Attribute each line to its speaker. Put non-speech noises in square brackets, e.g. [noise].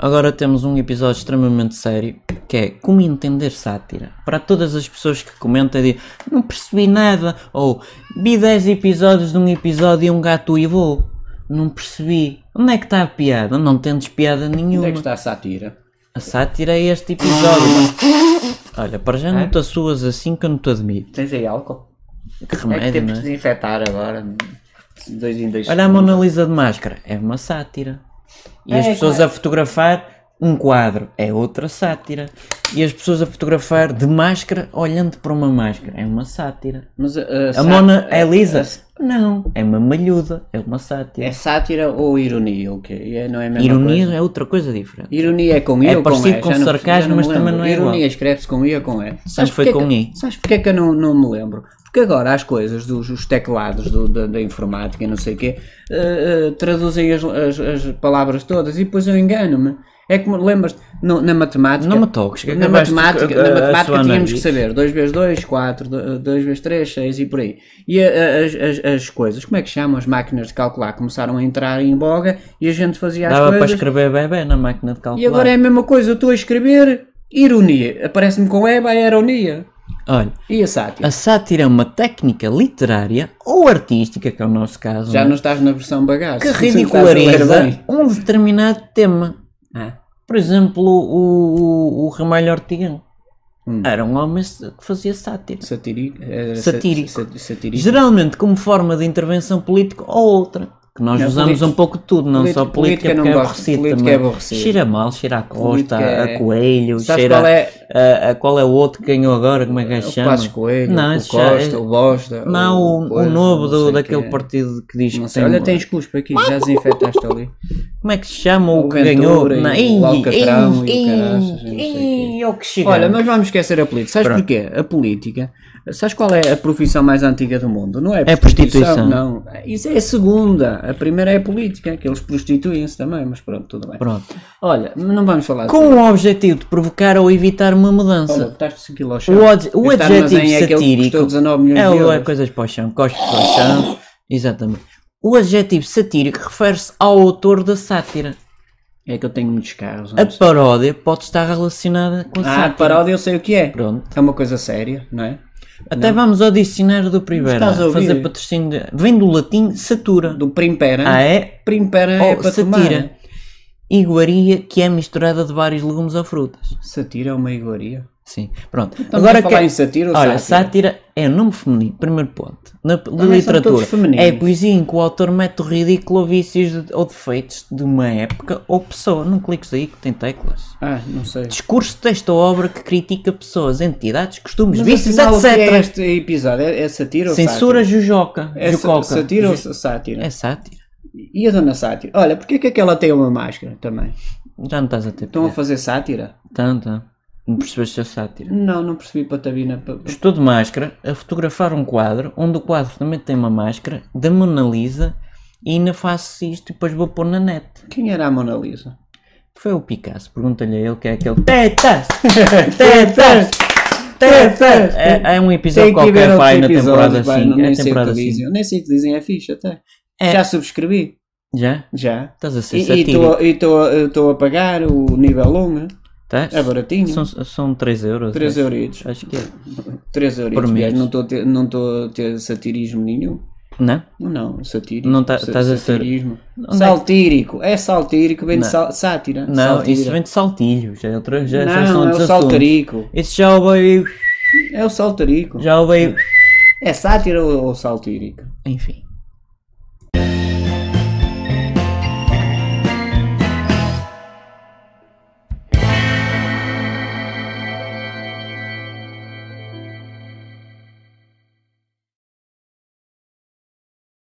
Speaker 1: Agora temos um episódio extremamente sério que é como entender sátira. Para todas as pessoas que comentam de não percebi nada ou vi 10 episódios de um episódio e um gato e vou. Não percebi. Onde é que está a piada? Não tens piada nenhuma.
Speaker 2: Onde é que está a sátira?
Speaker 1: A sátira é este episódio. Olha, para
Speaker 2: É?
Speaker 1: já não te suas assim que eu não te admito.
Speaker 2: Tens aí álcool?
Speaker 1: Que
Speaker 2: é que
Speaker 1: remédio,
Speaker 2: temos
Speaker 1: não
Speaker 2: de
Speaker 1: é?
Speaker 2: desinfetar agora. Dois em dois.
Speaker 1: Olha a Mona Lisa de máscara, é uma sátira. E as
Speaker 2: É,
Speaker 1: pessoas a fotografar um quadro, é outra sátira. E as pessoas a fotografar de máscara olhando para uma máscara, é uma sátira.
Speaker 2: Mas, uh,
Speaker 1: A
Speaker 2: sá-
Speaker 1: Mona é lisa?
Speaker 2: uh,
Speaker 1: Não, é uma malhuda, é uma sátira.
Speaker 2: É sátira ou ironia? O quê? É, não é a mesma
Speaker 1: Ironia
Speaker 2: coisa?
Speaker 1: é outra coisa diferente.
Speaker 2: Ironia é com I
Speaker 1: É
Speaker 2: ou com
Speaker 1: parecido
Speaker 2: E?
Speaker 1: com
Speaker 2: Já não-
Speaker 1: sarcasmo,
Speaker 2: já me
Speaker 1: mas também
Speaker 2: lembro.
Speaker 1: não é
Speaker 2: Ironia
Speaker 1: igual.
Speaker 2: escreve-se com I ou com E?
Speaker 1: foi
Speaker 2: porquê
Speaker 1: com
Speaker 2: que-
Speaker 1: I.
Speaker 2: Sabes porque é que eu não, não me lembro? Porque agora as coisas dos os teclados do- da, da informática e não sei o quê eh, eh, traduzem as, as- as palavras todas e depois eu engano-me. É que me- lembras-te, no- na matemática...
Speaker 1: Não me toques, que
Speaker 2: Na
Speaker 1: acabaste de-
Speaker 2: matemática,
Speaker 1: a-
Speaker 2: na
Speaker 1: a- a
Speaker 2: matemática
Speaker 1: sua
Speaker 2: tínhamos
Speaker 1: análise.
Speaker 2: que saber 2 vezes 2, 4, 2 vezes 3, 6 e por aí. E a- a- as, as- as coisas, como é que chamam? As máquinas de calcular começaram a entrar em boga e a gente fazia as
Speaker 1: Dava para
Speaker 2: coisas.
Speaker 1: escrever bebê na máquina de calcular.
Speaker 2: E agora é a mesma coisa, eu estou a escrever ironia. Aparece-me com Eva, é ironia.
Speaker 1: Olha,
Speaker 2: E a sátira?
Speaker 1: a sátira é uma técnica literária ou artística, que é o nosso caso,
Speaker 2: Já
Speaker 1: não é?
Speaker 2: não estás na versão bagaço.
Speaker 1: que
Speaker 2: Tu estás é a ler bem.
Speaker 1: ridiculariza um determinado tema.
Speaker 2: Ah,
Speaker 1: Por exemplo, o, o, o Ramalho Ortigano.
Speaker 2: Hum.
Speaker 1: Era um homem que fazia sátira.
Speaker 2: satirico. eh, sa-
Speaker 1: Satírico.
Speaker 2: sa- Satírico.
Speaker 1: Geralmente como forma de intervenção política ou outra. Que nós
Speaker 2: Não,
Speaker 1: usamos
Speaker 2: política-
Speaker 1: um pouco de tudo, não
Speaker 2: política-
Speaker 1: só política,
Speaker 2: política não
Speaker 1: porque é
Speaker 2: gosto,
Speaker 1: aborrecido
Speaker 2: política
Speaker 1: também.
Speaker 2: é aborrecido.
Speaker 1: Cheira mal, cheira a Costa,
Speaker 2: Política é-
Speaker 1: a Coelho,
Speaker 2: Sabes
Speaker 1: cheira
Speaker 2: qual é?
Speaker 1: a, a- qual é o outro que ganhou agora, como é que
Speaker 2: O
Speaker 1: se chama?
Speaker 2: Passos Coelho,
Speaker 1: Não,
Speaker 2: o
Speaker 1: esse já
Speaker 2: Costa,
Speaker 1: é-
Speaker 2: o Bosta.
Speaker 1: Não, o,
Speaker 2: coisa,
Speaker 1: o novo
Speaker 2: não
Speaker 1: do-
Speaker 2: sei
Speaker 1: daquele
Speaker 2: quem é.
Speaker 1: partido que diz
Speaker 2: Não
Speaker 1: que
Speaker 2: sei,
Speaker 1: tem
Speaker 2: olha,
Speaker 1: um-
Speaker 2: tens cuspo aqui, já desinfetaste ali.
Speaker 1: Como é que se chama o,
Speaker 2: O
Speaker 1: que ganhou?
Speaker 2: Ventura e
Speaker 1: Não,
Speaker 2: o
Speaker 1: ei,
Speaker 2: Alcatrão
Speaker 1: ei,
Speaker 2: e o caraças, não sei
Speaker 1: ei,
Speaker 2: o
Speaker 1: ei, é o que chega.
Speaker 2: Olha, mas vamos esquecer a política. Sabes
Speaker 1: Pronto.
Speaker 2: porquê? A política. Sabes qual é a profissão mais antiga do mundo? Não é
Speaker 1: É a prostituição.
Speaker 2: Não. Isso é a segunda. A primeira é a política, que eles prostituem-se também, mas pronto, tudo bem.
Speaker 1: Pronto.
Speaker 2: Olha, não vamos falar de
Speaker 1: Com o objetivo de provocar ou evitar uma
Speaker 2: Olha,
Speaker 1: mudança.
Speaker 2: botaste-se aquilo ao
Speaker 1: O,
Speaker 2: chão.
Speaker 1: ad- o
Speaker 2: Este
Speaker 1: adjetivo
Speaker 2: armazém é aquele que
Speaker 1: satírico
Speaker 2: custou 19 milhões
Speaker 1: é
Speaker 2: de
Speaker 1: o é
Speaker 2: euros.
Speaker 1: coisas para o chão, costas para o chão. Exatamente. O adjetivo satírico refere-se ao autor da sátira.
Speaker 2: É que eu tenho muitos carros.
Speaker 1: A paródia pode estar relacionada com a
Speaker 2: Ah,
Speaker 1: sátira.
Speaker 2: paródia eu sei o que é.
Speaker 1: Pronto.
Speaker 2: É uma coisa séria, não é?
Speaker 1: Até vamos ao dicionário do primeiro.
Speaker 2: Estás a ouvir?
Speaker 1: Fazer patrocínio. de- Vem do latim satura.
Speaker 2: Do primpera. né?
Speaker 1: Ah, é?
Speaker 2: Primpera é
Speaker 1: Ou
Speaker 2: para tomar.
Speaker 1: satira. Iguaria que é misturada de vários legumes ou frutas.
Speaker 2: Satira é uma iguaria.
Speaker 1: Sim, pronto.
Speaker 2: Estamos Agora a falar em satira ou
Speaker 1: Olha,
Speaker 2: sátira?
Speaker 1: sátira é nome feminino, primeiro ponto. Na p-
Speaker 2: são
Speaker 1: literatura,
Speaker 2: todos femininos.
Speaker 1: é poesia em que o autor mete o ridículo ou vícios de- ou defeitos de uma época ou pessoa. Não cliques aí que tem teclas.
Speaker 2: Ah, não sei.
Speaker 1: Discurso, texto ou obra que critica pessoas, entidades, costumes,
Speaker 2: Mas
Speaker 1: vícios,
Speaker 2: afinal, o que É
Speaker 1: etc.
Speaker 2: este episódio é, é satira ou
Speaker 1: Censura,
Speaker 2: sátira?
Speaker 1: jujoca,
Speaker 2: É sa-
Speaker 1: jucoca.
Speaker 2: satira ou
Speaker 1: Ju-
Speaker 2: sa- sátira?
Speaker 1: É sátira.
Speaker 2: E a dona sátira? Olha, porquê que é que ela tem uma máscara também?
Speaker 1: Já não estás a ter
Speaker 2: Estão a
Speaker 1: piada.
Speaker 2: fazer sátira?
Speaker 1: Tanto, não. Não percebeste a sátira.
Speaker 2: Não, não percebi patabina. pa- pa-
Speaker 1: Estou de máscara a fotografar um quadro onde o quadro também tem uma máscara da Mona Lisa e ainda faço isto e depois vou pôr na net.
Speaker 2: Quem era a Mona Lisa?
Speaker 1: Foi o Picasso, pergunta-lhe a ele que é aquele [laughs] Tetas! Tetas! Tetas! É, é um episódio
Speaker 2: Tem que ir ver
Speaker 1: qualquer,
Speaker 2: outros
Speaker 1: pai, na
Speaker 2: episódios,
Speaker 1: temporada
Speaker 2: pá,
Speaker 1: 5.
Speaker 2: não-
Speaker 1: É
Speaker 2: nem sei o que
Speaker 1: temporada 5.
Speaker 2: dizem. Eu Nem sei o que dizem, é fixe até.
Speaker 1: É.
Speaker 2: Já subscrevi,
Speaker 1: Já?
Speaker 2: já.
Speaker 1: Estás a ser
Speaker 2: E- E
Speaker 1: satírico.
Speaker 2: estou- e estou a pagar o nível 1,
Speaker 1: Estás?
Speaker 2: é baratinho.
Speaker 1: São, são 3 euros.
Speaker 2: 3
Speaker 1: acho.
Speaker 2: euritos.
Speaker 1: Acho que é.
Speaker 2: 3 euros.
Speaker 1: Por mês.
Speaker 2: Não estou a ter- não estou a ter satirismo nenhum.
Speaker 1: Não?
Speaker 2: Não, satirismo.
Speaker 1: Não tá-
Speaker 2: sa-
Speaker 1: estás a ser-
Speaker 2: satirismo.
Speaker 1: Onde é que-
Speaker 2: Saltírico. É saltírico, vem de
Speaker 1: Não.
Speaker 2: sal- sátira.
Speaker 1: Não,
Speaker 2: Saltira.
Speaker 1: isso vem de saltilho. Já, é outra- já, já são
Speaker 2: Não,
Speaker 1: outros
Speaker 2: é o
Speaker 1: assuntos.
Speaker 2: saltarico.
Speaker 1: Isso já ouvi.
Speaker 2: É o saltarico.
Speaker 1: Já ouvi.
Speaker 2: É sátira ou, ou saltírico?
Speaker 1: Enfim.